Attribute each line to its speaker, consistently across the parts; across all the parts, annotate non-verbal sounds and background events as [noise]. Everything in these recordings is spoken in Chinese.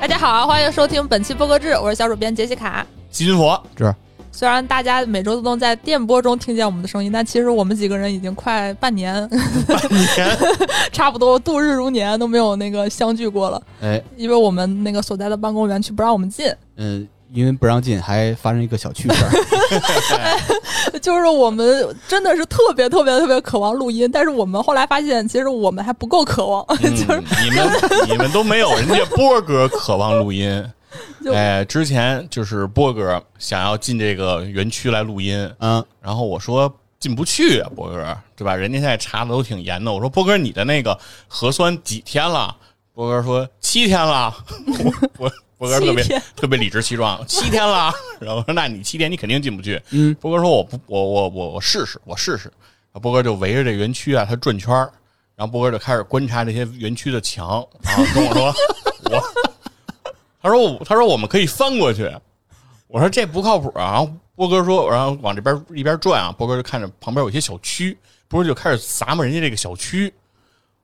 Speaker 1: 大家好，欢迎收听本期播客制，我是小主编杰西卡。
Speaker 2: 西云佛
Speaker 3: 是
Speaker 1: 虽然大家每周都能在电波中听见我们的声音，但其实我们几个人已经快半年，差不多度日如年都没有那个相聚过了，
Speaker 3: 哎，
Speaker 1: 因为我们那个所在的办公园区不让我们进，
Speaker 3: 嗯，因为不让进，还发生一个小趣事儿。 [laughs]
Speaker 1: 就是我们真的是特别特别特别渴望录音，但是我们后来发现，其实我们还不够渴望，
Speaker 2: 嗯你们你们都没有人家波哥渴望录音
Speaker 1: 就。
Speaker 2: 哎，之前就是波哥想要进这个园区来录音，
Speaker 3: 嗯，
Speaker 2: 然后我说进不去、啊，波哥，对吧？人家现在查的都挺严的。我说波哥，你的那个核酸几天了？波哥说七天了。
Speaker 1: [laughs]
Speaker 2: 我我波哥特别
Speaker 1: 七天
Speaker 2: 特别理直气壮，七天了。然后我说那你七天你肯定进不去。
Speaker 3: 嗯，
Speaker 2: 波哥说我不我我我我试试我试试。然后波哥就围着这园区啊，他转圈儿，然后波哥就开始观察这些园区的墙，然后跟我说我， [laughs] 他说我他说我们可以翻过去。我说这不靠谱啊！然后波哥说，然后往这边一边转啊，波哥就看着旁边有些小区，波哥就开始砸磨人家这个小区。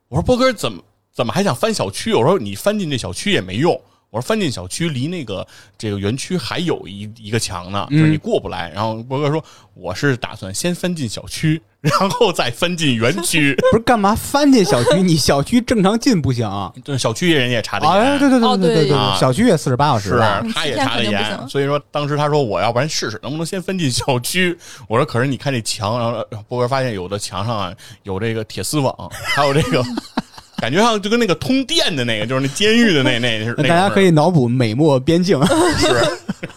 Speaker 2: 我说波哥怎么怎么还想翻小区？我说你翻进这小区也没用。我说翻进小区离那个这个园区还有一一个墙呢，就是你过不来。然后波哥说我是打算先翻进小区，然后再翻进园区。
Speaker 3: 不是干嘛翻进小区？你小区正常进不行啊？
Speaker 2: 对，小区人家也查的
Speaker 3: 哎，
Speaker 2: 严。
Speaker 3: 对对
Speaker 1: 哦
Speaker 3: 对
Speaker 1: 对
Speaker 3: 对对
Speaker 2: 啊
Speaker 3: 对，小区也四十八小时啊
Speaker 2: 是啊
Speaker 3: 了。
Speaker 1: 嗯，
Speaker 2: 他
Speaker 1: 七
Speaker 2: 也
Speaker 1: 天
Speaker 2: 查的
Speaker 1: 肯定不
Speaker 2: 严，
Speaker 1: 行
Speaker 2: 所以说当时他说我要不然试试能不能先分进小区。 [laughs] 我说可是你看这墙，然后然后波哥发现有的墙上啊有这个铁丝网， [laughs] 还有这个感觉上就跟那个通电的那个，就是那监狱的那那是
Speaker 3: 那
Speaker 2: 那
Speaker 3: 大家可以脑补美墨
Speaker 2: [laughs]
Speaker 3: 边境，
Speaker 2: 是。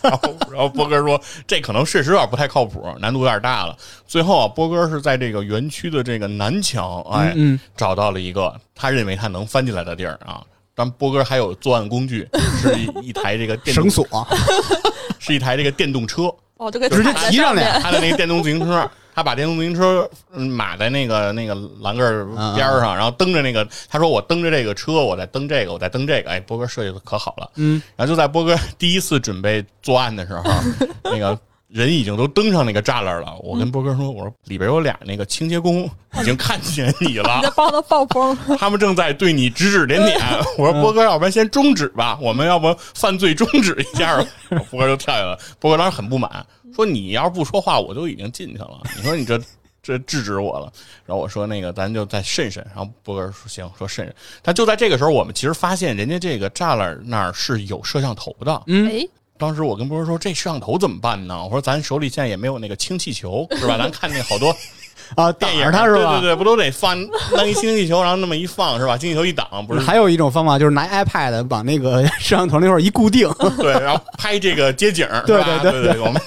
Speaker 2: 然后然后波哥说这可能确实有点不太靠谱，难度有点大了。最后啊，波哥是在这个园区的这个南墙，哎，
Speaker 3: 嗯嗯
Speaker 2: 找到了一个他认为他能翻进来的地儿啊。但波哥还有作案工具，是一一台这个电动
Speaker 3: 绳索，
Speaker 2: 是一台这个电动车，
Speaker 1: 哦，就给
Speaker 3: 直接
Speaker 1: 踩在
Speaker 3: 骑上
Speaker 1: 面
Speaker 3: 来。
Speaker 2: 他的那个电动自行车，他把电动自行车嗯码在那个那个栏杆儿边儿上，然后蹬着那个，他说我蹬着这个车，我再蹬这个，我再蹬这个，哎，波哥设计的可好了，
Speaker 3: 嗯，
Speaker 2: 然后就在波哥第一次准备作案的时候，那个。人已经都登上那个栅栏了，我跟波哥说：“我说里边有俩那个清洁工已经看见你了
Speaker 1: [laughs] 你在，帮他放风，
Speaker 2: 他们正在对你指指点点。我说波哥，要不然先终止吧，我们要不犯罪终止一下吧。 [laughs] 波哥就跳下来了，波哥当时很不满，说你要是不说话，我就已经进去了。你说你这。这制止我了，然后我说那个咱就再慎慎，然后波哥说行，说慎慎。但就在这个时候，我们其实发现人家这个栅栏那儿是有摄像头的，
Speaker 3: 嗯，
Speaker 1: 哎，
Speaker 2: 当时我跟波儿说这摄像头怎么办呢？我说咱手里现在也没有那个氢气球，是吧？咱看那好多
Speaker 3: 啊，挡
Speaker 2: 电影
Speaker 3: 着他是
Speaker 2: 对
Speaker 3: 吧？
Speaker 2: 对对，不都得放弄一氢气球，然后那么一放是吧？氢气球一挡不是
Speaker 3: [laughs] 还有一种方法就是拿 iPad 往那个摄像头那块儿一
Speaker 2: [laughs]
Speaker 3: 固定，
Speaker 2: 对，然后拍这个街景儿，
Speaker 3: 对
Speaker 2: 是吧对
Speaker 3: 对
Speaker 2: 对我们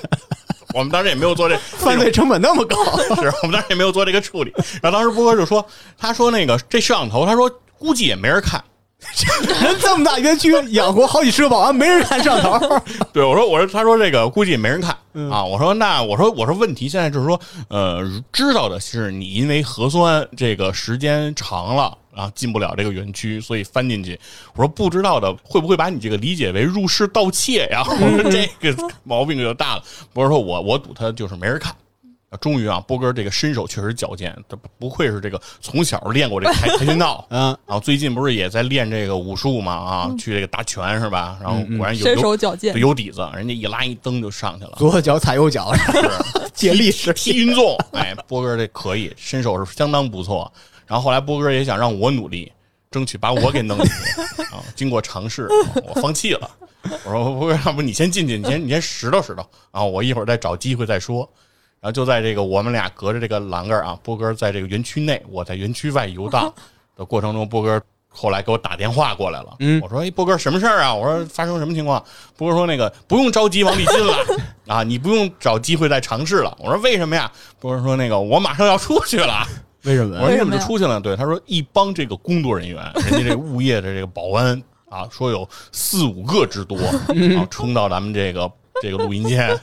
Speaker 2: 我们当时也没有做
Speaker 3: [laughs]
Speaker 2: 这
Speaker 3: 犯罪成本那么高。
Speaker 2: 是我们当时也没有做这个处理。然后当时波哥就说，他说那个这摄像头，他说估计也没人看。
Speaker 3: 人这么大园区养活好几十个保安，没人看摄像头。
Speaker 2: [laughs] 对，我说我说，他说这个估计也没人看、
Speaker 1: 嗯
Speaker 2: 啊。我说那我说我说问题现在就是说，呃，知道的是你因为核酸这个时间长了啊，进不了这个园区，所以翻进去。我说不知道的会不会把你这个理解为入室盗窃呀？ [laughs] 我
Speaker 1: 嗯
Speaker 2: 说这个毛病就大了。不是说我我赌他就是没人看。啊终于啊，波哥这个身手确实矫健，他不不愧是这个从小练过这个跆跆拳道，
Speaker 3: [laughs]
Speaker 2: [laughs]
Speaker 3: 嗯，
Speaker 2: 然后最近不是也在练这个武术嘛啊，去这个打拳是吧？然后果然有
Speaker 1: 嗯身
Speaker 2: 有
Speaker 1: 手矫健
Speaker 2: 对，有底子，人家一拉一蹬就上
Speaker 3: [laughs]
Speaker 2: 去了。
Speaker 3: 左脚踩右脚，借力使
Speaker 2: 踢运动，哎，波哥这可以，身手是相当不错。然后后来波哥也想让我努力，争取把我给弄进去啊。经过尝试，我放弃了。我说波哥，要不你先进去，你先你先拾掇拾掇啊，我一会儿再找机会再说。然后就在这个我们俩隔着这个栏杆儿啊，波哥在这个园区内，我在园区外游荡的过程中，波哥后来给我打电话过来了。
Speaker 3: 嗯
Speaker 2: 我说：“哎，波哥，什么事儿啊？”我说：“发生什么情况？”波哥说：“那个不用着急往里
Speaker 1: [laughs]
Speaker 2: 进了啊，你不用找机会再尝试了。”我说：“为什么呀？”波哥说：“那个我马上要出去了。”
Speaker 3: 为什么
Speaker 2: 我说
Speaker 1: 为
Speaker 2: 你
Speaker 1: 什
Speaker 2: 怎
Speaker 1: 么
Speaker 2: 么
Speaker 1: 呀
Speaker 2: 就出去了？对，他说一帮这个工作人员，人家这个物业的这个保安啊，说有四五个之多，
Speaker 1: 嗯
Speaker 2: 然后冲到咱们这个这个录音间 [laughs]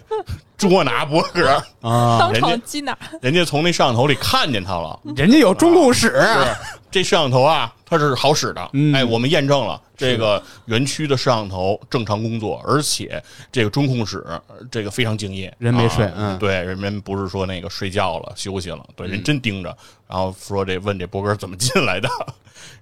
Speaker 2: 捉拿波哥，
Speaker 3: 啊？
Speaker 1: 当场缉拿，
Speaker 2: 人家从那摄像头里看见他了。
Speaker 3: 人家有中控室，
Speaker 2: 是 [laughs] 这摄像头啊，它是好使的。
Speaker 3: 嗯
Speaker 2: 哎，我们验证了这个园区的摄像头正常工作，而且这个中控室呃这个非常敬业，
Speaker 3: 人没睡
Speaker 2: 啊
Speaker 3: 嗯
Speaker 2: 对，人们不是说那个睡觉了、休息了， [laughs] 对，人真盯着，然后说这问这波哥怎么进来的，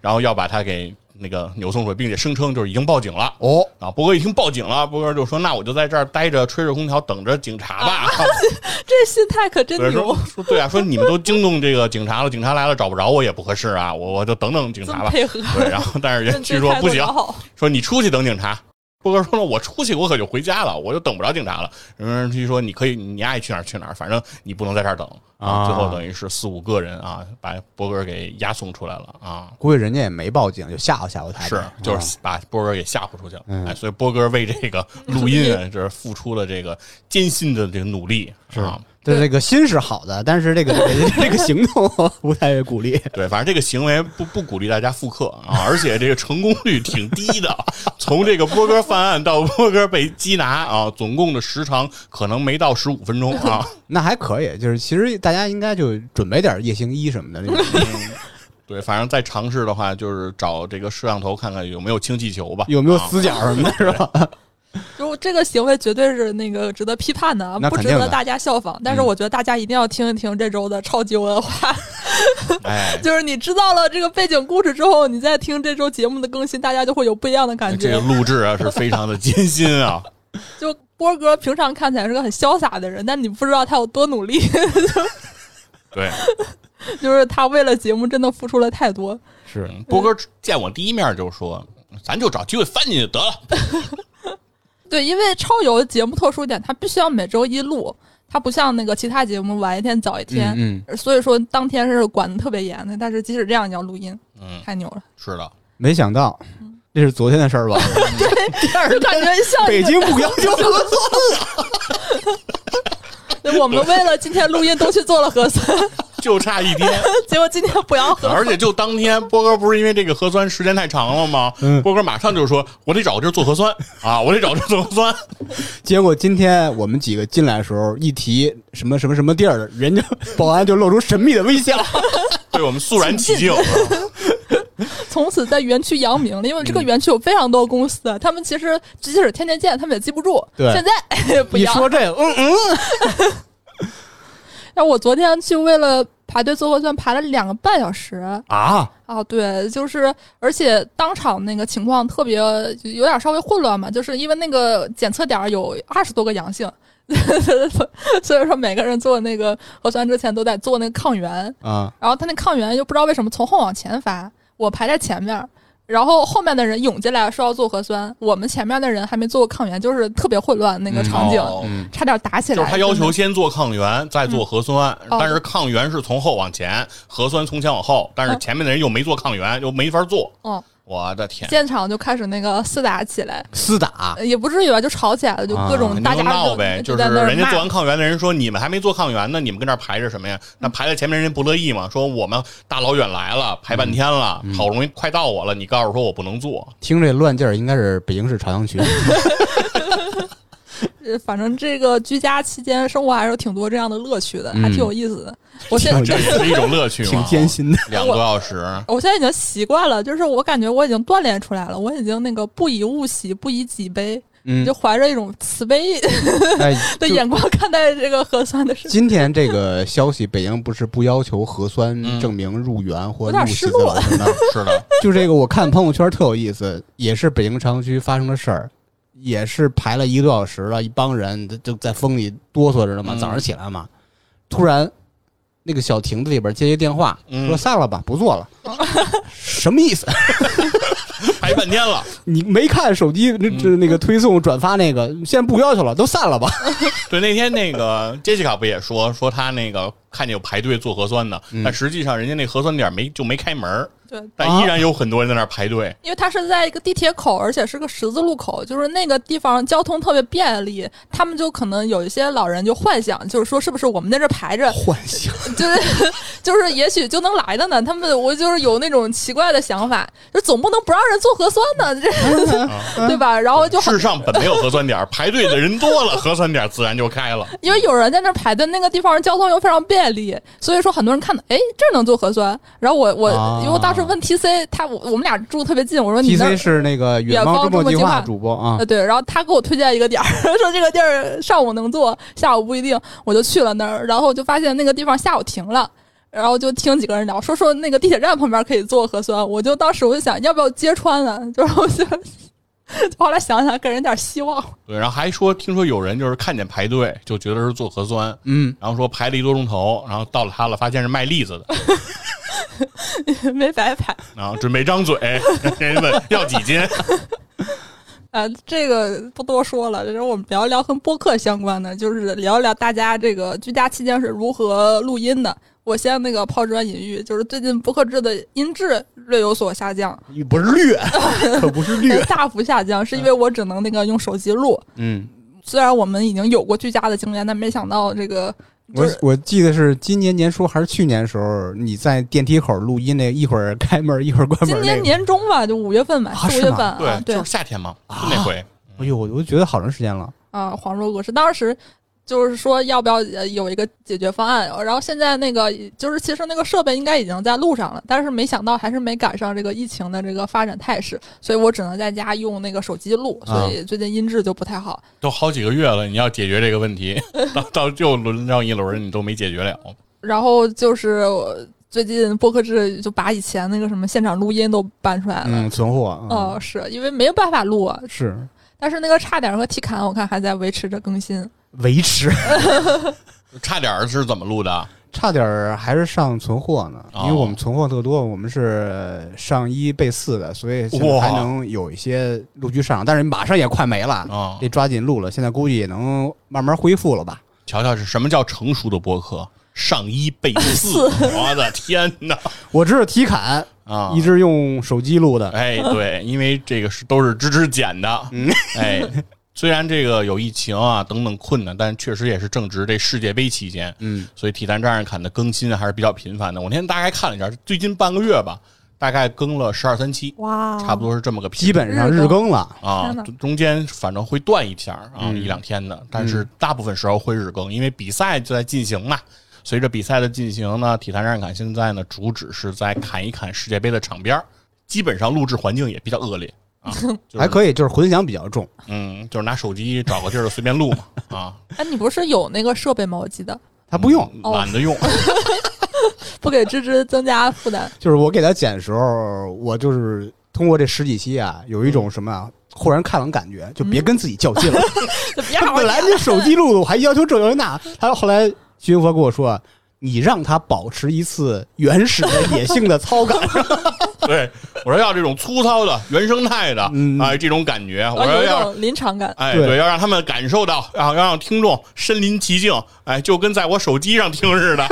Speaker 2: 然后要把他给那个扭送水，并且声称就是已经报警了。
Speaker 3: 哦，
Speaker 2: 啊，波哥一听报警了，波哥就说：“那我就在这儿待着，吹着空调等着警察吧。 [laughs]
Speaker 1: 这心态可 [laughs] 真
Speaker 2: 对，
Speaker 1: 牛
Speaker 2: 说，说对啊，说你们都惊动这个警察了，警察来了找不着我也不合适啊，我我就等等警
Speaker 1: 这
Speaker 2: 察
Speaker 1: 么
Speaker 2: 吧。
Speaker 1: 配合，
Speaker 2: 对，然后但是园区
Speaker 1: 这
Speaker 2: 说
Speaker 1: 态度
Speaker 2: 不行
Speaker 1: 老，好
Speaker 2: 说你出去等警察。波哥说了，我出去我可就回家了，我就等不着警察了。园区说你可以，你爱去哪儿去哪儿，反正你不能在这儿等
Speaker 3: 啊
Speaker 2: 最后等于是四五个人啊，把波哥给押送出来了啊。
Speaker 3: 估计人家也没报警，就吓唬吓唬他。
Speaker 2: 是
Speaker 3: 啊，
Speaker 2: 就是把波哥给吓唬出去了。
Speaker 3: 嗯
Speaker 2: 哎，所以波哥为
Speaker 1: [laughs]
Speaker 2: 这个录音啊，这付出了这个艰辛的这个努力啊。
Speaker 3: 对这个心是好的，但是 [laughs] 这个这个行动不太鼓励。
Speaker 2: 对，反正这个行为不不鼓励大家复刻啊，而且这个成功率挺低的。 [laughs] 从这个波哥犯案到波哥被缉拿啊，总共的时长可能没到十五分钟啊。 [laughs]
Speaker 3: 那还可以，就是其实大家应该就准备点夜行衣什么的那种， [laughs]
Speaker 2: 对，反正再尝试的话，就是找这个摄像头看看有没有氢气球吧，
Speaker 3: 有没有
Speaker 2: 啊
Speaker 3: 死角什么的，是吧？
Speaker 1: 如果这个行为绝对是那个值得批判的啊，
Speaker 3: 那
Speaker 1: 不
Speaker 3: 肯
Speaker 1: 值
Speaker 3: 定的嗯
Speaker 1: 得大家效仿。但是我觉得大家一定要听一听这周的超级文化，
Speaker 2: 哎，
Speaker 1: 就是你知道了这个背景故事之后，你再听这周节目的更新，大家就会有不一样的感
Speaker 2: 这个
Speaker 1: 觉。
Speaker 2: 录制啊是非常的艰辛啊。
Speaker 1: 就波哥平常看起来是个很潇洒的人， [laughs] 但你不知道他有多努力，
Speaker 2: 对，
Speaker 1: 就是他为了节目真的付出了太多。
Speaker 3: [laughs] 是
Speaker 2: 波哥见我第一面就说：“咱就找机会翻进去得了。
Speaker 1: 对，因为超游节目特殊一点，它必须要每周一录，它不像那个其他节目晚一天早一天，
Speaker 3: 嗯，
Speaker 1: 所以说当天是管的特别严的。但是即使这样，你要录音，”
Speaker 2: 嗯，
Speaker 1: 太牛了，
Speaker 2: 是的，
Speaker 3: 没想到这是昨天的事 [laughs] 儿吧？
Speaker 1: 第二就感觉像
Speaker 3: 北京不要求合作，
Speaker 1: 对我们为了今天录音都去做了核酸， [laughs]
Speaker 2: 就差一天，
Speaker 1: 结果今天不要核酸。
Speaker 2: [laughs] 而且就当天，波哥不是因为这个核酸时间太长了吗？
Speaker 3: 嗯
Speaker 2: 波哥马上就说：“我得找个地儿做核酸啊，我得找个地儿做核酸。
Speaker 3: 结果今天我们几个进来的时候，一提什么什么什么地儿，人家保安就露出神秘的微 [laughs] 笑。”
Speaker 2: 对我们肃然起敬。
Speaker 1: 从此在园区扬名了，因为这个园区有非常多公司，他们其实即使天天见，他们也记不住。
Speaker 3: 对
Speaker 1: 现在哎不
Speaker 3: 一
Speaker 1: 要。
Speaker 3: 说这个，嗯嗯，
Speaker 1: 那我昨天去为了排队做核酸，排了两个半小时。
Speaker 3: 啊，
Speaker 1: 啊，对，就是，而且当场那个情况特别有点稍微混乱嘛，就是因为那个检测点儿有二十多个阳性， [laughs] 所以说每个人做那个核酸之前都得做那个抗原，
Speaker 3: 啊，
Speaker 1: 然后他那抗原又不知道为什么从后往前发，我排在前面儿。然后后面的人涌进来说要做核酸，我们前面的人还没做过抗原，就是特别混乱那个
Speaker 3: 嗯
Speaker 1: 场景，
Speaker 2: 哦
Speaker 3: 嗯
Speaker 1: 差点打起
Speaker 2: 就
Speaker 1: 来。
Speaker 2: 是他要
Speaker 1: 真的
Speaker 2: 求先做抗原，再做核酸，
Speaker 1: 哦
Speaker 2: 但是抗原是从后往前，核酸从前往后，但是前面的人又没做抗原，又没法做。
Speaker 1: 哦，
Speaker 2: 我的天！
Speaker 1: 现场就开始那个厮打起来，
Speaker 3: 厮打，
Speaker 1: 呃也不至于吧，就吵起来了，就各种
Speaker 2: 啊你
Speaker 1: 大
Speaker 2: 就
Speaker 1: 家
Speaker 2: 闹呗，
Speaker 1: 就
Speaker 2: 就是
Speaker 1: 在那儿
Speaker 2: 人家
Speaker 1: 骂
Speaker 2: 做完抗原的人说你们还没做抗原呢，你们跟这儿排着什么呀？那排在前面人家不乐意嘛，说我们大老远来了，排半天了，好容易快到我了，你告诉说我不能做，
Speaker 3: 听这乱劲儿，应该是北京市朝阳区。
Speaker 1: 呃反正这个居家期间生活还是挺多这样的乐趣的，还
Speaker 2: 嗯
Speaker 1: 挺有意思的。我现
Speaker 2: [laughs] 这也是一种乐趣嘛，
Speaker 3: 挺艰辛的，
Speaker 2: [laughs] 两个多小时。
Speaker 1: 我现在已经习惯了，就是我感觉我已经锻炼出来了，我已经那个不以物喜，不以己悲，
Speaker 3: 嗯
Speaker 1: 就怀着一种慈悲 [laughs]
Speaker 3: 哎，
Speaker 1: 的
Speaker 3: 就
Speaker 1: 眼光看待这个核酸的事情。
Speaker 3: [laughs] 今天这个消息，北京不是不要求核酸
Speaker 2: 嗯
Speaker 3: 证明入园或
Speaker 1: 有
Speaker 3: 入
Speaker 1: 点
Speaker 3: 写
Speaker 1: 失
Speaker 3: 字
Speaker 1: 落
Speaker 3: 楼
Speaker 1: [laughs]
Speaker 3: 什么的？
Speaker 2: 是的，
Speaker 3: 就这个，我看朋友圈特有意思，也是北京朝阳区发生的事儿，也是排了一个多小时了，一帮人就在风里哆嗦着呢嘛，
Speaker 2: 嗯
Speaker 3: 早上起来嘛，突然那个小亭子里边接一电话，
Speaker 2: 嗯
Speaker 3: 说散了吧，不做
Speaker 1: [laughs]
Speaker 3: 了，什么意思？
Speaker 2: 排半天了。
Speaker 3: 你没看手机那
Speaker 1: 嗯
Speaker 3: 这那个推送转发那个，现在不要求了，都
Speaker 1: [laughs]
Speaker 3: 散了吧？
Speaker 2: 对，那天那个杰西卡不也说说他那个看见有排队做核酸的，
Speaker 3: 嗯啊
Speaker 2: 但实际上人家那核酸点没就没开门儿，
Speaker 1: 对，
Speaker 2: 但依然有很多人在那儿排队。
Speaker 1: 因为它是在一个地铁口，而且是个十字路口，就是那个地方交通特别便利，他们就可能有一些老人就幻想，就是说是不是我们在这排
Speaker 3: [laughs]
Speaker 1: 着，
Speaker 3: 幻想，
Speaker 1: 就是就是，也许就能来的呢。他们我就是有那种奇怪的想法，就总不能不让人做核酸呢，这
Speaker 3: [laughs]
Speaker 1: 对吧？然后就很
Speaker 2: 世上本没有核酸点儿，排队的人多了，核酸点儿自然就开了。
Speaker 1: 因为有人在那排队，那个地方交通又非常便利，所以说很多人看到，哎，这儿能做核酸。然后我我、
Speaker 3: 啊
Speaker 1: 因为我当时问 T C，他我我们俩住特别近，我说你
Speaker 3: T
Speaker 1: 那儿
Speaker 3: C 是那个
Speaker 1: 远
Speaker 3: 远方
Speaker 1: 方
Speaker 3: 周末
Speaker 1: 周末
Speaker 3: 计
Speaker 1: 计
Speaker 3: 划
Speaker 1: 划
Speaker 3: 主播啊
Speaker 1: 呃，对，然后他给我推荐一个点儿， [laughs] 说这个地儿上午能做，下午不一定，我就去了那儿，然后我就发现那个地方下午停了。然后就听几个人聊，说说那个地铁站旁边可以做核酸，我就当时我就想要不要揭穿啊， [laughs] 就是我就后来想想给人点希望， [laughs]
Speaker 2: 对，然后还说听说有人就是看见排队就觉得是做核酸，
Speaker 3: 嗯，
Speaker 2: 然后说排了一个多钟头，然后到了他了，发现是卖栗子的，
Speaker 1: 没白排。
Speaker 2: 然后准备张嘴， [laughs] 人家问要几斤，
Speaker 1: 啊，这个不多说了，就是我们聊一聊跟播客相关的，就是聊一聊大家这个居家期间是如何录音的。我先那个抛砖引玉，就是最近播客制的音质略有所下降，
Speaker 3: 不是略，可
Speaker 1: [laughs]
Speaker 3: 不是
Speaker 1: [laughs] 呃，大幅下降，是因为我只能那个用手机录。
Speaker 3: 嗯，
Speaker 1: 虽然我们已经有过居家的经验，但没想到这个
Speaker 3: 我
Speaker 1: 就是
Speaker 3: 我记得是今年年初还是去年时候，你在电梯口录音那个一会儿开门一会儿关门
Speaker 1: 今
Speaker 3: 那
Speaker 1: 年
Speaker 3: 个，
Speaker 1: 年中吧，就五月份吧，
Speaker 3: 啊
Speaker 1: 四五
Speaker 3: 是
Speaker 1: 月
Speaker 3: 吗
Speaker 1: 份啊，对
Speaker 2: 就是夏天嘛，就那回，
Speaker 3: 哎呦，我都觉得好长时间了。
Speaker 1: 啊，恍若隔世。当时就是说要不要呃有一个解决方案，然后现在那个就是其实那个设备应该已经在路上了，但是没想到还是没赶上这个疫情的这个发展态势，所以我只能在家用那个手机录，
Speaker 3: 啊
Speaker 1: 所以最近音质就不太好。
Speaker 2: 都好几个月了，你要解决这个问题，到到又轮上一轮，你都没解决了。
Speaker 1: 然后就是我最近播客制就把以前那个什么现场录音都搬出来了。
Speaker 3: 嗯，存货。嗯
Speaker 1: 呃哦，是因为没有办法录啊，
Speaker 3: 是
Speaker 1: 但是那个差点和体感，我看还在维持着更新。
Speaker 3: 维持， [laughs]
Speaker 2: 差点儿是怎么录的？
Speaker 3: 差点儿还是上存货呢，
Speaker 2: 哦
Speaker 3: 因为我们存货特多，我们是上一备四的，所以现在
Speaker 2: 哇
Speaker 3: 还能有一些陆续上，但是马上也快没
Speaker 1: 哦
Speaker 3: 了，
Speaker 2: 啊、
Speaker 3: 得抓紧录了。现在估计也能慢慢恢复了吧？
Speaker 2: 瞧瞧是什么叫成熟的播客？上一备四，我的天哪！
Speaker 3: 我知道体感
Speaker 1: 哦
Speaker 2: 啊
Speaker 3: 一，直用手机录的，
Speaker 2: 哎，对，因为这个是都是芝芝剪的， [laughs] 哎，虽然这个有疫情啊等等困难，但确实也是正值这世界杯期间，
Speaker 3: 嗯，
Speaker 2: 所以《体坛战士侃》的更新还是比较频繁的。我那天大概看了一下，最近半个月吧，大概更了十二三期，
Speaker 1: 哇
Speaker 2: 差不多是这么个频率
Speaker 3: 基本上日更了。
Speaker 2: 啊
Speaker 1: 天哪，
Speaker 2: 中间反正会断一下啊、
Speaker 3: 嗯
Speaker 2: 一两天的，但是大部分时候会日更，因为比赛就在进行嘛。随着比赛的进行呢，体坛战侃现在呢主旨是在砍一砍世界杯的场边儿，基本上录制环境也比较恶劣
Speaker 1: [laughs]
Speaker 2: 啊，就是、
Speaker 3: 还可以，就是混响比较重，
Speaker 2: 嗯，就是拿手机找个地儿就随便录嘛啊，嗯
Speaker 1: 哎，你不是有那个设备吗？我记得
Speaker 3: [laughs] 他不用，
Speaker 1: 哦
Speaker 2: 懒得用，
Speaker 1: 不给芝芝增加负担。
Speaker 3: 就是我给他剪的时候，我就是通过这十几期啊，有一种什么啊，豁然开朗感觉，就别跟自己较劲了。
Speaker 1: 就别
Speaker 3: 本来嗯 [laughs] 这手
Speaker 1: [laughs]
Speaker 3: 机录的，我还要求这要求那，他后来徐云佛跟我说。你让他保持一次原始的野性的操感，
Speaker 2: [laughs] 对我说要这种粗糙的原生态的、
Speaker 3: 嗯
Speaker 2: 哎这种感觉，我
Speaker 1: 然后
Speaker 2: 说
Speaker 1: 哦有一
Speaker 2: 要。
Speaker 1: 种临场感。
Speaker 2: 哎，
Speaker 3: 对
Speaker 2: 对，要让他们感受到，然后要让听众身临其境，哎，就跟在我手机上听似的。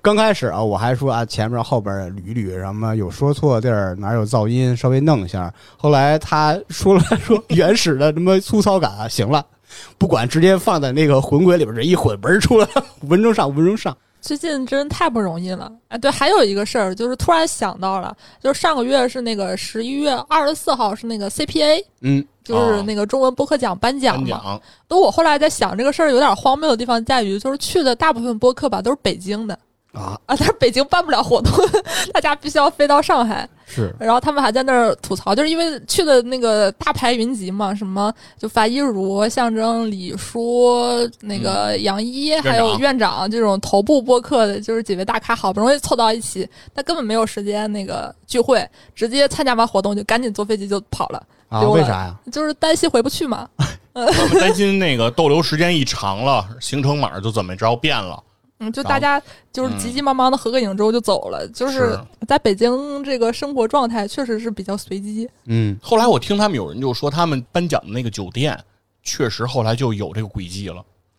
Speaker 3: 刚开始啊，我还说啊，前面后边捋一捋什么有说错地儿，哪有噪音，稍微弄一下。后来他说了说原始的什么粗糙感啊，行了， [laughs] 不管直接放在那个混轨里边，这一混嘣儿出来， [laughs]
Speaker 1: 嗯
Speaker 3: 文中上文中上。
Speaker 1: 最近真太不容易了。哎，对，还有一个事儿，就是突然想到了，就是上个月是那个十一月二十四号是那个 CPA，
Speaker 3: 嗯，
Speaker 1: 就是那个中文播客奖颁奖
Speaker 2: 哦颁
Speaker 1: 嘛。
Speaker 2: 奖，
Speaker 1: 都我后来在想这个事儿，有点荒谬的地方在于，就是去的大部分播客吧都是北京的
Speaker 3: 啊，
Speaker 1: 啊，但是北京办不了活动， [laughs] 大家必须要飞到上海。
Speaker 3: 是
Speaker 1: 然后他们还在那儿吐槽，就是因为去的那个大牌云集嘛，什么就樊一茹、象征、李叔、那个杨一，
Speaker 2: 长
Speaker 1: 还有院长这种头部播客的，就是几位大咖，好不容易凑到一起，但根本没有时间那个聚会，直接参加完活动就赶紧坐飞机就跑了，
Speaker 3: 啊，
Speaker 1: 丢了
Speaker 3: 为啥呀？
Speaker 1: 就是担心回不去嘛。
Speaker 2: 我们担心那个逗留时间一长了，行程码就怎么着变了。
Speaker 1: 嗯，就
Speaker 2: 然后嗯
Speaker 1: 大家就是急急忙忙的合个影之后就走了，就是
Speaker 2: 是
Speaker 1: 在北京这个生活状态确实是比较随机。
Speaker 3: 嗯，
Speaker 2: 后来我听他们有人就说，他们颁奖的那个酒店确实后来就有这个轨迹了，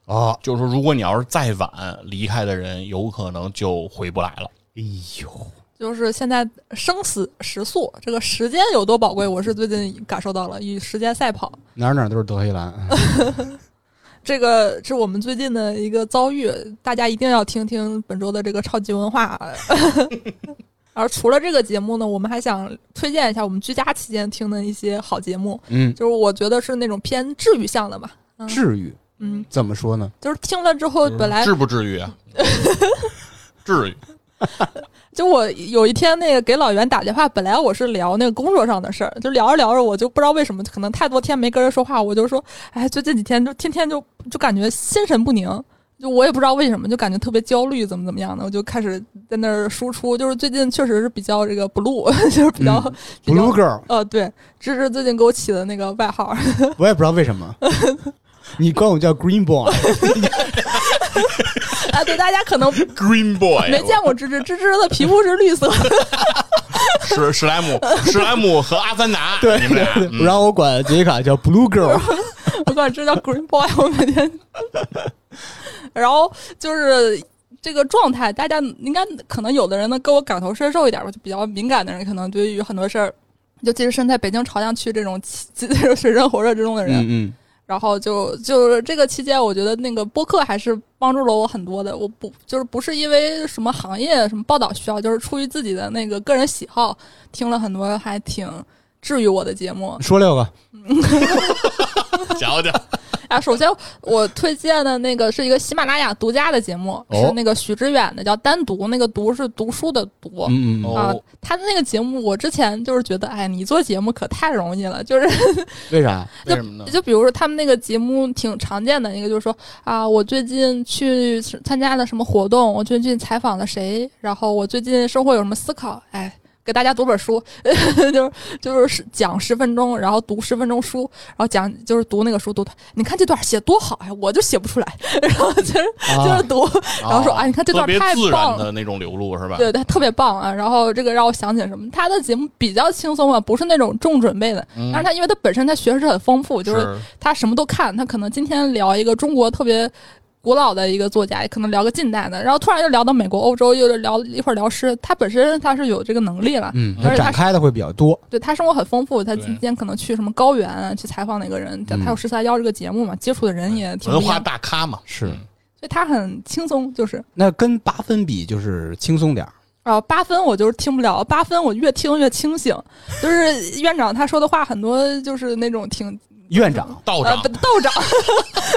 Speaker 3: 哦，
Speaker 2: 就是说如果你要是再晚离开的人，有可能就回不来了。
Speaker 3: 哎呦，
Speaker 1: 就是现在生死时速，这个时间有多宝贵，我是最近感受到了，与时间赛跑。
Speaker 3: 哪儿哪儿都是德黑兰，
Speaker 1: 这个是我们最近的一个遭遇，大家一定要听听本周的这个超级文化。啊 [laughs] 而除了这个节目呢，我们还想推荐一下我们居家期间听的一些好节目，
Speaker 3: [laughs] 嗯，
Speaker 1: 就是我觉得是那种偏治愈向的吧，
Speaker 3: 至于
Speaker 1: 嗯，
Speaker 3: 怎么说呢？
Speaker 1: 就是听了之后本来
Speaker 2: 至不至于啊？至于
Speaker 1: 就我有一天那个给老袁打电话，本来我是聊那个工作上的事儿，就聊着聊着，我就不知道为什么，可能太多天没跟人说话，我就说，哎，就这几天就天天就就感觉心神不宁，就我也不知道为什么，就感觉特别焦虑，怎么怎么样的，我就开始在那儿输出。就是最近确实是比较这个 blue，就是 [laughs] 比较、比较
Speaker 3: 嗯 Blue Girl，
Speaker 1: 呃，对，这是最近给我起的那个外号，
Speaker 3: 我也不知道为什么。你管我叫 Green Boy，
Speaker 1: [laughs] [laughs] 啊，对，大家可
Speaker 3: 哎
Speaker 1: 能
Speaker 2: Green Boy，
Speaker 1: 没见过芝芝，芝芝的皮肤是绿色，
Speaker 2: 史史
Speaker 1: [laughs]
Speaker 2: 莱姆，史莱姆和阿凡达，
Speaker 3: 对，
Speaker 2: 你们俩，
Speaker 3: 对
Speaker 2: 嗯
Speaker 3: [laughs] 然后我管杰西卡叫 Blue Girl，
Speaker 1: 我管这叫 Green Boy，我每天，然后就是这个状态，大家嗯应该可能有的人呢跟我感同身受一点吧，就比较敏感的人，可能对于很多事儿，尤其是身在北京朝阳区这种气 [laughs] 这种水深火热之中的人，
Speaker 3: 嗯
Speaker 1: 然后就就是这个期间，我觉得那个播客还是帮助了我很多的。我不就是不是因为什么行业什么报道需要，就是出于自己的那个个人喜好，听了很多还挺治愈我的节目
Speaker 3: 嗯，。说六个，
Speaker 2: 瞧
Speaker 1: [laughs]
Speaker 2: 瞧，
Speaker 1: 啊，首先我推荐的那个是一个喜马拉雅独家的节目，
Speaker 3: 哦
Speaker 1: 是那个许知远的，叫《单独》，那个“独”是读书的“读”。
Speaker 3: 嗯嗯嗯，
Speaker 1: 啊
Speaker 2: 哦，
Speaker 1: 他的那个节目，我之前就是觉得，哎，你做节目可太容易了，就是
Speaker 3: 为啥？
Speaker 2: 为什么呢？
Speaker 1: 就比如说他们那个节目挺常见的一个，就是说啊，我最近去参加了什么活动，我最近采访了谁，然后我最近生活有什么思考，哎。给大家读本书， [laughs] 就是就是十讲十分钟，然后读十分钟书，然后讲就是读那个书读。你看这段写多好呀，我就写不出来。 [laughs] 然后就是、就是
Speaker 3: 啊，
Speaker 1: 读，然后说
Speaker 2: 啊
Speaker 1: 啊，你看这
Speaker 2: 特
Speaker 1: 段
Speaker 2: 别
Speaker 1: 太
Speaker 2: 自
Speaker 1: 棒
Speaker 2: 然
Speaker 1: 了，
Speaker 2: 的那种流露是吧？
Speaker 1: 对，他特别棒啊！然后这个让我想起了什么，他的节目比较轻松啊，不是那种重准备的。
Speaker 2: 嗯
Speaker 1: 但是他因为他本身他学识很丰富，就是他什么都看。他可能今天聊一个中国特别古老的一个作家，也可能聊个近代的，然后突然又聊到美国、欧洲，又聊一会儿聊诗。他本身他是有这个能力了，
Speaker 3: 嗯，
Speaker 1: 而
Speaker 3: 它
Speaker 1: 且它
Speaker 3: 展
Speaker 1: 是
Speaker 3: 开的会比较多，
Speaker 1: 对他生活很丰富。他
Speaker 2: 对
Speaker 1: 今天可能去什么高原啊，去采访哪个人，
Speaker 3: 嗯
Speaker 1: 他有十三幺这个节目嘛，接触的人也挺
Speaker 2: 文
Speaker 1: 不一
Speaker 2: 化
Speaker 1: 样，
Speaker 2: 大咖嘛，
Speaker 3: 是
Speaker 2: 嗯
Speaker 1: 所以他很轻松，就是。
Speaker 3: 那跟八分比就是轻松点儿，
Speaker 1: 啊，八分我就是听不了，八分我越听越清醒。 [laughs] 就是院长他说的话很多，就是那种挺
Speaker 3: 院长，
Speaker 2: 道
Speaker 1: 呃
Speaker 2: 长
Speaker 1: 不，道长，
Speaker 3: [laughs]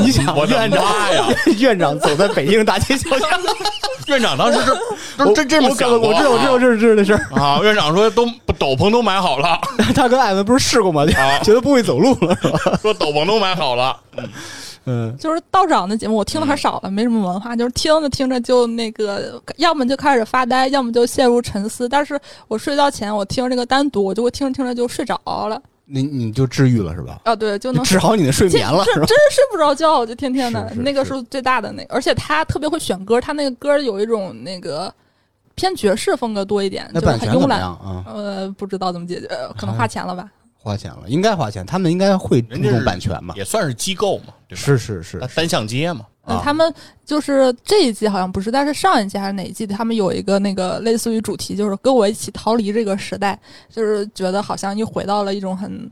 Speaker 3: 你想
Speaker 2: 我的
Speaker 3: 院长
Speaker 2: 妈
Speaker 1: [laughs]
Speaker 2: 呀！
Speaker 3: [laughs] 院长走在北京大街小巷，
Speaker 2: 院长当时是
Speaker 3: [laughs] 我
Speaker 2: 这这这么
Speaker 3: 我
Speaker 2: 想
Speaker 3: 我知道我知道这是这是事儿，
Speaker 2: 道啊！院长说都斗篷都买好了，
Speaker 3: [laughs] 他跟艾文不是试过吗？就 [laughs]
Speaker 2: 啊
Speaker 3: 觉得不会走路了，是吧？
Speaker 2: 说斗篷都买好
Speaker 3: [laughs]
Speaker 2: 了，
Speaker 3: 嗯，
Speaker 1: 就是道长的节目我听的很少了，没什么文化，就是听着听着就那个，要么就开始发呆，要么就陷入沉思。但是我睡觉前我听这个单独，我就会听着听着就睡着了。
Speaker 3: 你你就治愈了是吧？
Speaker 1: 啊，对，就能
Speaker 3: 治好你的 [laughs] 睡眠了是吧？
Speaker 1: 真睡不着觉，我就天天的
Speaker 3: 是是
Speaker 1: 那个
Speaker 3: 是
Speaker 1: 是最大的那个，而且他特别会选歌，他那个歌有一种那个偏爵士风格多一点，
Speaker 3: 那
Speaker 1: 就是
Speaker 3: 版
Speaker 1: 很
Speaker 3: 权怎
Speaker 1: 慵
Speaker 3: 么
Speaker 1: 懒。
Speaker 3: 样啊？
Speaker 1: 呃，不知道怎么解决，呃可能花钱了吧。
Speaker 3: 花钱了，应该花钱，他们应该会注
Speaker 2: 人家是
Speaker 3: 重版权吧？
Speaker 2: 也算是机构嘛，对吧？
Speaker 3: 是是是
Speaker 2: 他，单向街嘛，
Speaker 1: 嗯
Speaker 3: 啊，
Speaker 1: 他们就是这一季好像不是，但是上一季还是哪一季的，他们有一个那个类似于主题，就是跟我一起逃离这个时代，就是觉得好像又回到了一种很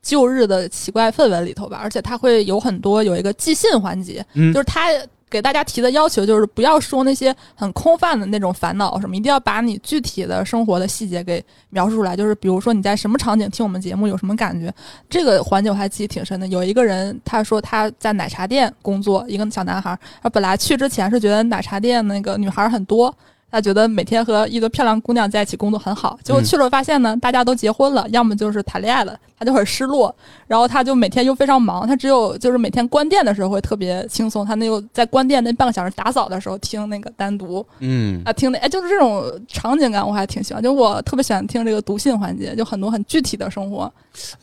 Speaker 1: 旧日的奇怪氛围里头吧。而且他会有很多有一个寄信环节，
Speaker 3: 嗯
Speaker 1: 就是他给大家提的要求就是不要说那些很空泛的那种烦恼什么，一定要把你具体的生活的细节给描述出来。就是比如说你在什么场景听我们节目有什么感觉，这个环节我还记忆挺深的。有一个人他说他在奶茶店工作，一个小男孩儿，他本来去之前是觉得奶茶店那个女孩儿很多。他觉得每天和一个漂亮姑娘在一起工作很好，结果去了发现呢，大家都结婚了，要么就是谈恋爱了，他就很失落。然后他就每天又非常忙，他只有就是每天关店的时候会特别轻松，他那又在关店那半个小时打扫的时候听那个单独
Speaker 3: 嗯
Speaker 1: 啊，听那哎就是这种场景感我还挺喜欢，就我特别喜欢听这个读信环节，就很多很具体的生活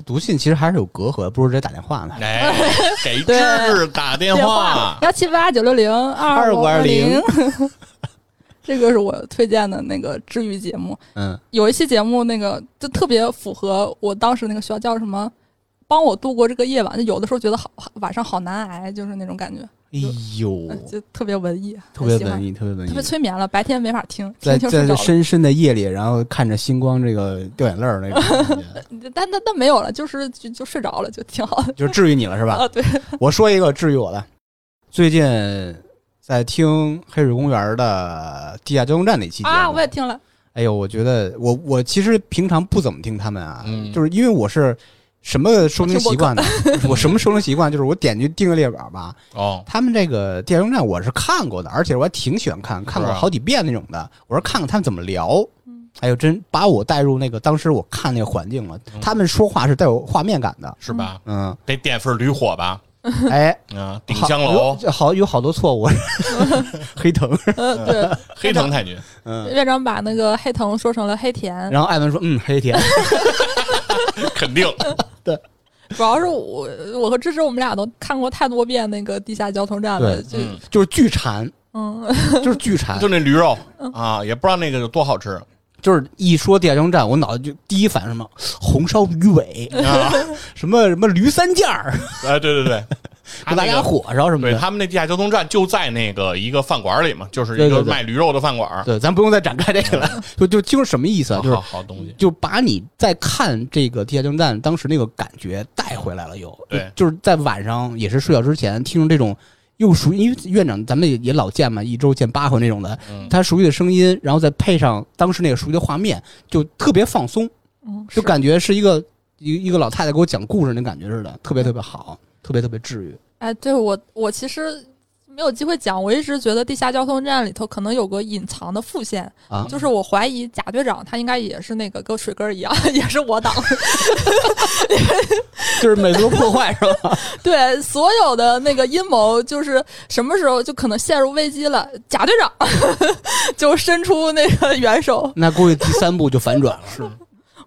Speaker 3: 读信其实还是有隔阂，不如直接打电话呢。 [laughs]
Speaker 2: 哎，给
Speaker 1: 对
Speaker 2: 志打电
Speaker 1: 电
Speaker 2: 话，
Speaker 1: 幺七八九六零二五零， [laughs] 这个是我推荐的那个治愈节目。
Speaker 3: 嗯，
Speaker 1: 有一期节目，那个就特别符合我当时那个学校叫什么，帮我度过这个夜晚。就有的时候觉得好晚上好难挨，就是那种感觉，
Speaker 3: 哎呦，
Speaker 1: 嗯 [laughs] 就特别文艺，
Speaker 3: 特
Speaker 1: 很
Speaker 3: 别
Speaker 1: 喜欢
Speaker 3: 文艺，特别文
Speaker 1: 特
Speaker 3: 艺
Speaker 1: 别。催眠了，白天没法听，
Speaker 3: 在
Speaker 1: 听听睡着
Speaker 3: 在
Speaker 1: 了。
Speaker 3: 深深的夜里，然后看着星光，这个掉眼泪儿那种感觉，
Speaker 1: [laughs] 但但但没有了，就是就就睡着了，就挺好的
Speaker 3: 就治愈你了是吧？
Speaker 1: [laughs] 啊。对，
Speaker 3: 我说一个治愈我的，最近在听黑水公园的地下交通站那期节目
Speaker 1: 啊，我也听了，
Speaker 3: 哎呦，我觉得我我其实平常不怎么听他们啊，
Speaker 2: 嗯
Speaker 3: 就是因为我是什么收听习
Speaker 1: [laughs]
Speaker 3: 惯呢？就是我什么收听习惯？就是我点进订阅列表吧，
Speaker 2: 哦，
Speaker 3: 他们这个电影站我是看过的，而且我还挺喜欢看，看过好几遍那种的。我是看看他们怎么聊
Speaker 1: 嗯，
Speaker 3: 哎呦，真把我带入那个当时我
Speaker 2: 嗯
Speaker 3: 看那个环境了。他们说话是带有画面感的，
Speaker 2: 是吧？ [laughs]
Speaker 3: 嗯，
Speaker 2: 得点份驴火吧，
Speaker 3: 哎，
Speaker 2: 啊，顶香楼
Speaker 3: 好，有好有好多错误， [laughs] 黑藤。
Speaker 1: 嗯，对，
Speaker 2: 黑藤太
Speaker 3: [laughs]
Speaker 2: 君，
Speaker 3: 嗯，
Speaker 1: 院长把那个黑藤说成了黑田，
Speaker 3: 然后艾文说：“嗯，黑田。
Speaker 2: 肯
Speaker 3: [laughs]
Speaker 2: 定
Speaker 1: 主要是我我和芝芝我们俩都看过太多遍那个地下交通站了，就
Speaker 2: 嗯，”
Speaker 3: 就是巨馋，
Speaker 1: 嗯，
Speaker 3: [laughs] 就是巨馋
Speaker 2: 就，那驴肉
Speaker 3: 嗯
Speaker 2: 啊，也不知道那个有多好
Speaker 3: [laughs]
Speaker 2: 吃啊
Speaker 3: 就是一说地下交通站，我脑袋就第一反应是什么红烧鱼尾，
Speaker 2: 啊！
Speaker 3: 什么什么驴三件儿，
Speaker 2: 哎，对对对，
Speaker 3: [laughs]
Speaker 2: 他
Speaker 3: 给大
Speaker 2: 那
Speaker 3: 家
Speaker 2: 个
Speaker 3: 火烧什么
Speaker 2: 对
Speaker 3: 的。
Speaker 2: 他们那地下交通站就在那个一个饭馆里嘛，就是
Speaker 3: 对
Speaker 2: 一
Speaker 3: 对
Speaker 2: 个
Speaker 3: 对
Speaker 2: 卖驴肉的饭馆，
Speaker 3: 对，咱不用再展开这个了，
Speaker 2: 嗯
Speaker 3: 就就就是什么意思啊？
Speaker 2: 好
Speaker 3: 就是
Speaker 2: 好好东西。
Speaker 3: 就把你在看这个《地下交通站》当时那个感觉带回来了又，
Speaker 2: 对
Speaker 3: 就就是在晚上也是睡觉之前听这种。又属于因为院长，咱们也也老见嘛，一周见八回那种的，
Speaker 2: 嗯
Speaker 3: 他熟悉的声音，然后再配上当时那个熟悉的画面，就特别放松，
Speaker 1: 嗯
Speaker 3: 就是感觉是一个一一个老太太给我讲故事那感觉似的，特别特别好，特别特别治愈。
Speaker 1: 哎，对我我其实没有机会讲，我一直觉得地下交通站里头可能有个隐藏的副线
Speaker 3: 啊
Speaker 1: 就是我怀疑贾队长他应该也是那个跟水根儿一样， [laughs] 也是我
Speaker 3: [laughs]
Speaker 1: 党，
Speaker 3: 就是美国破坏是吧？
Speaker 1: 对所有的那个阴谋，就是什么时候就可能陷入危机了，贾队长 [laughs] 就伸出那个援手，
Speaker 3: [laughs] 那估计第三部就反转了，是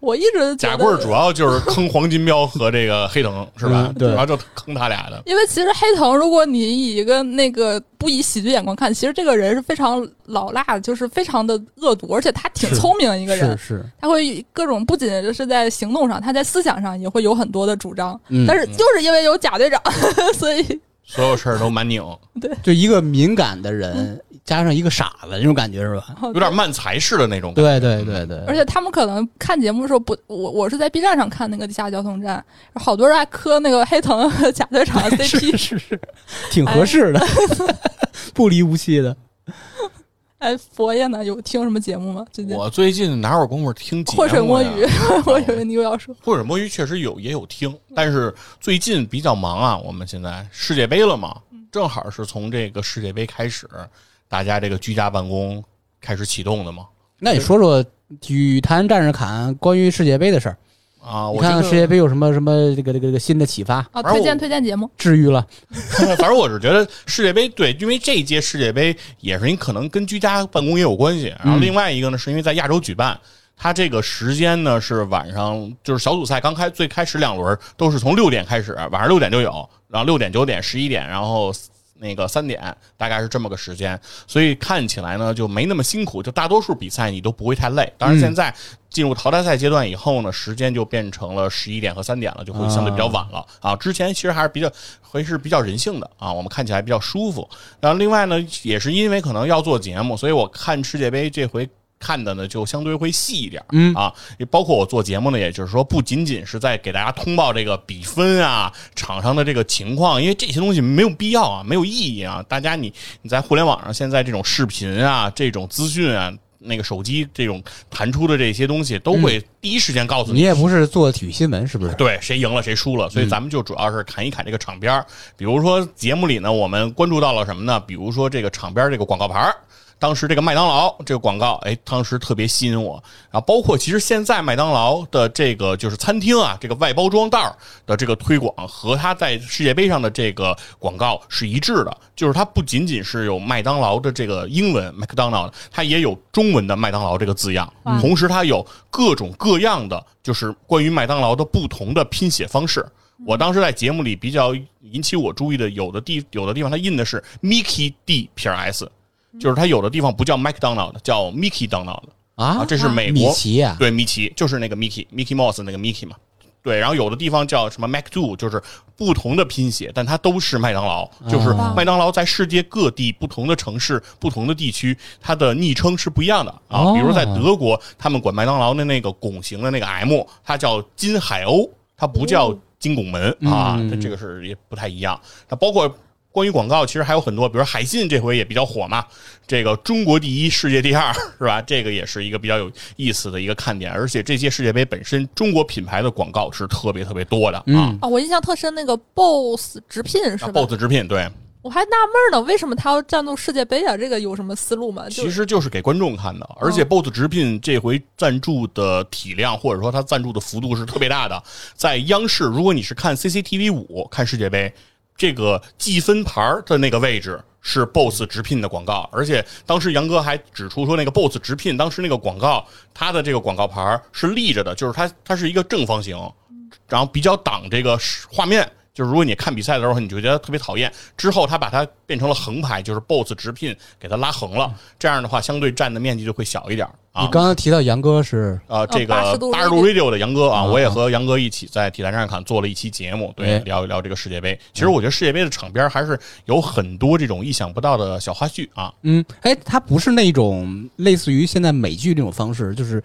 Speaker 1: 我一直觉
Speaker 2: 贾
Speaker 1: 得
Speaker 2: 贵儿主要就是坑黄金彪和这个黑藤，是吧
Speaker 3: 嗯？对
Speaker 2: 主要就坑他俩的。
Speaker 1: 因为其实黑藤，如果你以一个那个不以喜剧眼光看，其实这个人是非常老辣的，就是非常的恶毒，而且他挺
Speaker 3: 是
Speaker 1: 聪明的一个
Speaker 3: 是
Speaker 1: 人，
Speaker 3: 是，
Speaker 1: 他会各种不仅是在行动上，他在思想上也会有很多的主张。
Speaker 3: 嗯
Speaker 1: 但是就是因为有贾队长， [laughs] 所以
Speaker 2: 所有事儿都蛮拧，
Speaker 3: 就一个敏感的人加上一个傻子那种感觉是吧？
Speaker 2: 有点慢才式的那种感觉。
Speaker 3: 对对对对，
Speaker 1: 而且他们可能看节目的时候不，我我是在 B 站上看那个地下交通站，好多人还磕那个黑藤和贾队
Speaker 3: [laughs]
Speaker 1: 长 CP，
Speaker 3: 是是是，挺合适的，不离不弃的。
Speaker 1: 哎，佛爷呢有听什么节目吗？最近
Speaker 2: 我最近哪有功夫听节目
Speaker 1: 浑
Speaker 2: 呀
Speaker 1: 水摸鱼， [laughs] 我以为你又要说。
Speaker 2: 浑水摸鱼确实有也有听，但是最近比较忙啊。我们现在世界杯了嘛，
Speaker 1: 嗯
Speaker 2: 正好是从这个世界杯开始，大家这个居家办公开始启动的嘛。
Speaker 3: 那你说说体育坛战士侃关于世界杯的事儿，
Speaker 2: 啊，
Speaker 3: 你
Speaker 2: 我
Speaker 3: 看
Speaker 2: 觉
Speaker 3: 看
Speaker 2: 得
Speaker 3: 世界杯有什么什么这个这个这个新的启发，
Speaker 1: 啊，
Speaker 2: 反正
Speaker 1: 推荐
Speaker 2: 我
Speaker 1: 推荐节目，
Speaker 3: 治愈了。
Speaker 2: [laughs] 反正我是觉得世界杯对，因为这一届世界杯也是你可能跟居家办公也有关系，然后另外一个呢是因为在亚洲举办，它这个时间呢是晚上，就是小组赛刚开最开始两轮都是从六点开始，晚上六点就有，然后六点、九点、十一点，然后。那个三点大概是这么个时间，所以看起来呢就没那么辛苦，就大多数比赛你都不会太累。当然，现在进入淘汰赛阶段以后呢，时间就变成了十一点和三点了，就会相对比较晚了啊。之前其实还是比较还是比较人性的啊，我们看起来比较舒服。然后另外呢，也是因为可能要做节目，所以我看世界杯这回。看的呢就相对会细一点，嗯啊，也包括我做节目呢，也就是说不仅仅是在给大家通报这个比分啊，场上的这个情况，因为这些东西没有必要啊，没有意义啊。大家你你在互联网上现在这种视频啊，这种资讯啊，那个手机这种弹出的这些东西，都会第一时间告诉
Speaker 3: 嗯你也不是做体育新闻是不是？
Speaker 2: 嗯对，谁赢了谁输了，所以咱们就主要是砍一砍这个场边儿。比如说节目里呢，我们关注到了什么呢？比如说这个场边儿这个广告牌儿。当时这个麦当劳这个广告，哎，当时特别吸引我啊。包括其实现在麦当劳的这个就是餐厅啊，这个外包装袋儿的这个推广和它在世界杯上的这个广告是一致的，就是它不仅仅是有麦当劳的这个英文 McDonald，它也有中文的麦当劳这个字样，
Speaker 1: 哇
Speaker 2: 同时它有各种各样的就是关于麦当劳的不同的拼写方式。我当时在节目里比较引起我注意的，有的地有的地方它印的是 Mickey D 撇 S，就是它有的地方不叫 McDonald，叫 Mickey Donald。
Speaker 3: 啊
Speaker 2: 啊，这是美
Speaker 3: 米
Speaker 2: 国
Speaker 3: 奇啊，
Speaker 2: 对，米奇就是那个 Mickey Mickey Mouse 那个 Mickey 嘛。对，然后有的地方叫什么 Mac Do，就是不同的拼写，但它都是麦当劳。就是
Speaker 3: 啊
Speaker 2: 麦当劳在世界各地不同的城市、不同的地区，它的昵称是不一样的啊。比如在德国，他们管麦当劳的那个拱形的那个 M，它叫金海鸥，它不叫金拱门啊。
Speaker 3: 嗯
Speaker 2: 它这个是也不太一样。那包括关于广告，其实还有很多，比如海信这回也比较火嘛，这个中国第一，世界第二，是吧？这个也是一个比较有意思的一个看点。而且这届世界杯本身，中国品牌的广告是特别特别多的、啊。
Speaker 3: 嗯，
Speaker 1: 啊，我印象特深那个 BOSS 直聘是
Speaker 2: 那
Speaker 1: 吧
Speaker 2: 啊 BOSS 直聘对，
Speaker 1: 我还纳闷儿呢，为什么他要赞助世界杯啊？这个有什么思路吗？就
Speaker 2: 其实就是给观众看的。而且 BOSS 直聘这回赞助的体量，或者说它赞助的幅度是特别大的。在央视，如果你是看 CCTV 五看世界杯，这个计分牌儿的那个位置是 BOSS 直聘的广告，而且当时杨哥还指出说，那个 BOSS 直聘当时那个广告，它的这个广告牌儿是立着的，就是它它是一个正方形，然后比较挡这个视画面。就是如果你看比赛的时候，你就觉得特别讨厌。之后他把它变成了横排，就是 BOSS 直聘给它拉横了。这样的话，相对占的面积就会小一点儿啊。
Speaker 4: 你刚刚提到杨哥是
Speaker 2: 啊，这个
Speaker 1: 80度
Speaker 2: 八十度 radio 的杨哥啊，
Speaker 4: 啊
Speaker 2: 我也和杨哥一起在体坛站看做了一期节目，对
Speaker 4: 哎，
Speaker 2: 聊一聊这个世界杯。其实我觉得世界杯的场边还是有很多这种意想不到的小花絮啊。
Speaker 3: 嗯，
Speaker 4: 哎，他不是那种类似于现在美剧那种方式，就是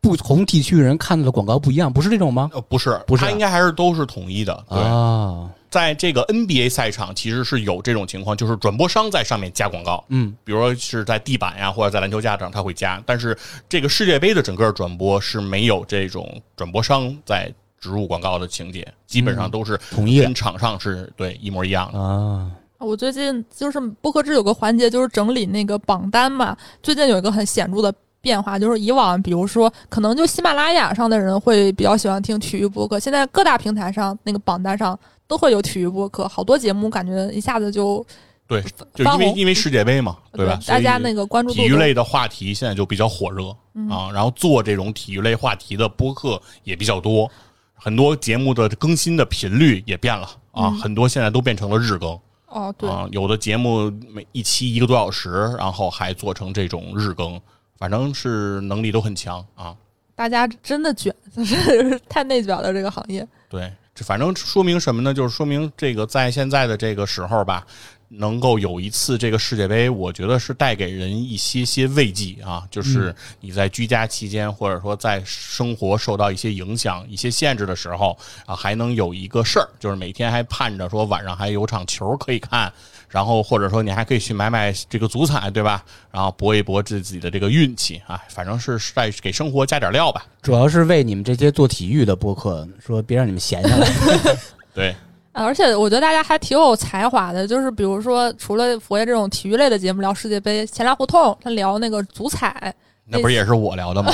Speaker 4: 不同地区人看到的广告不一样，不是这种吗？
Speaker 2: 呃，不是，
Speaker 4: 不是
Speaker 2: 它应该还是都是统一的。对，
Speaker 4: 啊，
Speaker 2: 在这个 NBA 赛场其实是有这种情况，就是转播商在上面加广告，
Speaker 4: 嗯，
Speaker 2: 比如说是在地板呀，或者在篮球架上，他会加。但是这个世界杯的整个转播是没有这种转播商在植入广告的情节，基本上都是
Speaker 4: 统一的
Speaker 2: 跟场上是对一模一样的。
Speaker 4: 啊，
Speaker 1: 我最近就是播客制有个环节，就是整理那个榜单嘛。最近有一个很显著的变化，就是以往比如说可能就喜马拉雅上的人会比较喜欢听体育播客，现在各大平台上那个榜单上都会有体育播客，好多节目感觉一下子就
Speaker 2: 对，就
Speaker 1: 发
Speaker 2: 因为
Speaker 1: 红呃
Speaker 2: 因为世界杯嘛，对吧？所
Speaker 1: 大
Speaker 2: 以
Speaker 1: 家那个关注度嗯
Speaker 2: 体育
Speaker 1: 都
Speaker 2: 类的话题现在就比较火热、啊，然后做这种体育类话题的播客也比较多，很多节目的更新的频率也变了啊，很多现在都变成了日更
Speaker 1: 哦嗯对。
Speaker 2: 啊，有的节目每一期一个多小时，然后还做成这种日更，反正是能力都很强啊。
Speaker 1: 大家真的卷， [laughs] 就是太内卷了这个行业。
Speaker 2: 对，这反正说明什么呢？就是说明这个在现在的这个时候吧，能够有一次这个世界杯，我觉得是带给人一些些慰藉啊。就是你在居家期间，或者说在生活受到一些影响、一些限制的时候啊，还能有一个事儿，就是每天还盼着说晚上还有场球可以看。然后或者说你还可以去买买这个足彩，对吧？然后搏一搏自己的这个运气啊，反正是是在给生活加点料吧。
Speaker 4: 主要是为你们这些做体育的播客，说别让你们闲下来。
Speaker 2: 对，
Speaker 1: 啊而且我觉得大家还挺有才华的，就是比如说，除了佛爷这种体育类的节目聊世界杯，闲聊胡同他聊那个足彩， [laughs]
Speaker 2: 那不是也是我聊的吗？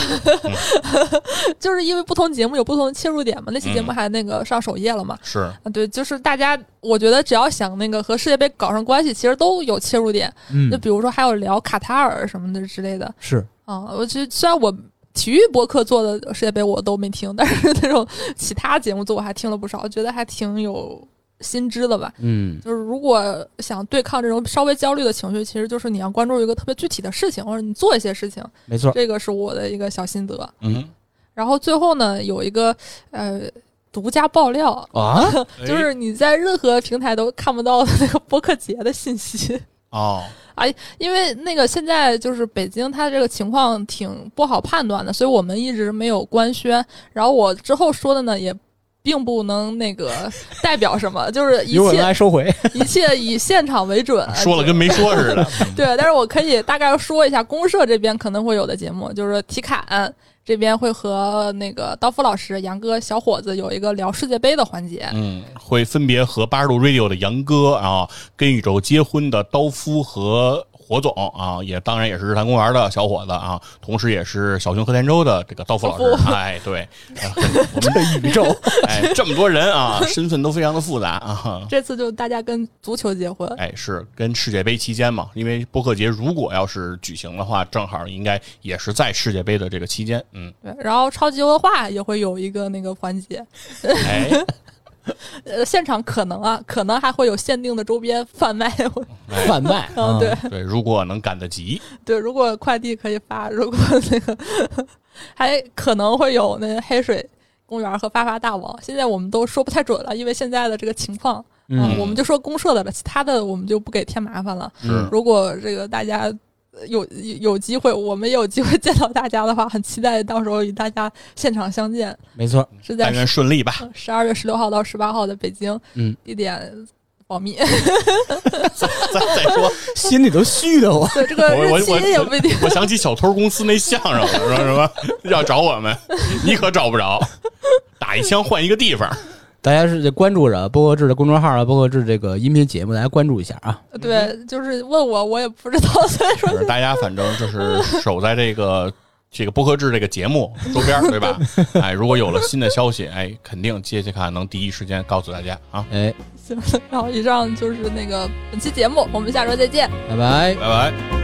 Speaker 1: 就是因为不同节目有不同的切入点嘛。那期节目还那个上首页了嘛？
Speaker 2: 是。
Speaker 1: 啊，对，就是大家，我觉得只要想那个和世界杯搞上关系，其实都有切入点。
Speaker 4: 嗯
Speaker 1: 就比如说还有聊卡塔尔什么的之类的
Speaker 4: 是
Speaker 1: 啊。我其实虽然我体育博客做的世界杯我都没听，但是那种其他节目做我还听了不少，觉得还挺有新知的吧。
Speaker 4: 嗯，
Speaker 1: 就是如果想对抗这种稍微焦虑的情绪，其实就是你要关注一个特别具体的事情，或者你做一些事情，
Speaker 2: 啊
Speaker 4: 没错，
Speaker 1: 这个是我的一个小心得。
Speaker 2: 嗯，
Speaker 1: 然后最后呢，有一个呃独家爆料，
Speaker 4: 啊，
Speaker 2: 哎
Speaker 1: 就是你在任何平台都看不到的那个播客节的信息。
Speaker 2: 哦，
Speaker 1: 因为那个现在就是北京，它这个情况挺不好判断的，所以我们一直没有官宣。然后我之后说的呢，也并不能那个代表什么，就是一
Speaker 4: 由我
Speaker 1: 切
Speaker 4: 来收回。
Speaker 1: 一切以现场为准。
Speaker 2: [laughs] 说了跟没说似的。
Speaker 1: 对，呃但是 [laughs] 我可以大概说一下公社这边可能会有的节目，就是体侃这边会和那个刀夫老师、杨哥小伙子有一个聊世界杯的环节。
Speaker 2: 嗯，会分别和八十度 radio 的杨哥啊，跟宇宙结婚的刀夫和火总啊，也当然也是日坛公园的小伙子啊，同时也是小熊和田洲的这个刀夫老师
Speaker 1: 刀。
Speaker 2: [laughs] 哎，对，我们
Speaker 1: [laughs]
Speaker 2: 宇宙，哎，这么多人啊，身份都非常的复杂啊。
Speaker 1: 这次就大家跟足球结婚，
Speaker 2: 哎，是跟世界杯期间嘛，因为播客节如果要是举行的话，正好应该也是在世界杯的这个期间。嗯，
Speaker 1: 对，然后超级文化也会有一个那个环节， [laughs]
Speaker 2: 哎，
Speaker 1: 呃，现场可能啊，可能还会有限定的周边贩卖。我
Speaker 4: 贩卖，
Speaker 1: 嗯，对
Speaker 2: 对，如果能赶得及，
Speaker 1: 对，如果快递可以发，如果那个还可能会有那黑水公园和发发大王。现在我们都说不太准了，因为现在的这个情况。嗯，我们就说公社的了，其他的我们就不给添麻烦了。
Speaker 2: 是
Speaker 1: 如果这个大家呃有有有机会，我们也有机会见到大家的话，很期待到时候与大家现场相见，
Speaker 4: 没错，
Speaker 1: 是在
Speaker 2: 但愿顺利吧。
Speaker 1: 十二月十六号到十八号的北京，
Speaker 4: 嗯，
Speaker 1: 地点保密， [laughs]
Speaker 2: [laughs] 再再说，
Speaker 4: 心里都虚的我。
Speaker 1: 对这个
Speaker 2: 我我
Speaker 1: 日期
Speaker 2: 我
Speaker 1: 也不一定。
Speaker 2: 我想起小偷公司那相声了，说什么要找我们，你可找不着，打一枪换一个地方。
Speaker 4: 大家是得关注着播客制的公众号啊，播客制这个音频节目，大家关注一下啊。
Speaker 2: 嗯
Speaker 1: 对，就是问我，我也不知道，所以说
Speaker 2: 是大家反正就是守在这个这个播客制这个节目周边儿，对吧？哎，如果有了新的消息，哎，肯定接下来能第一时间告诉大家啊！
Speaker 4: 哎，
Speaker 1: [laughs] 行，然后以上就是那个本期节目，我们下周再见。
Speaker 4: 拜拜。
Speaker 2: 拜拜。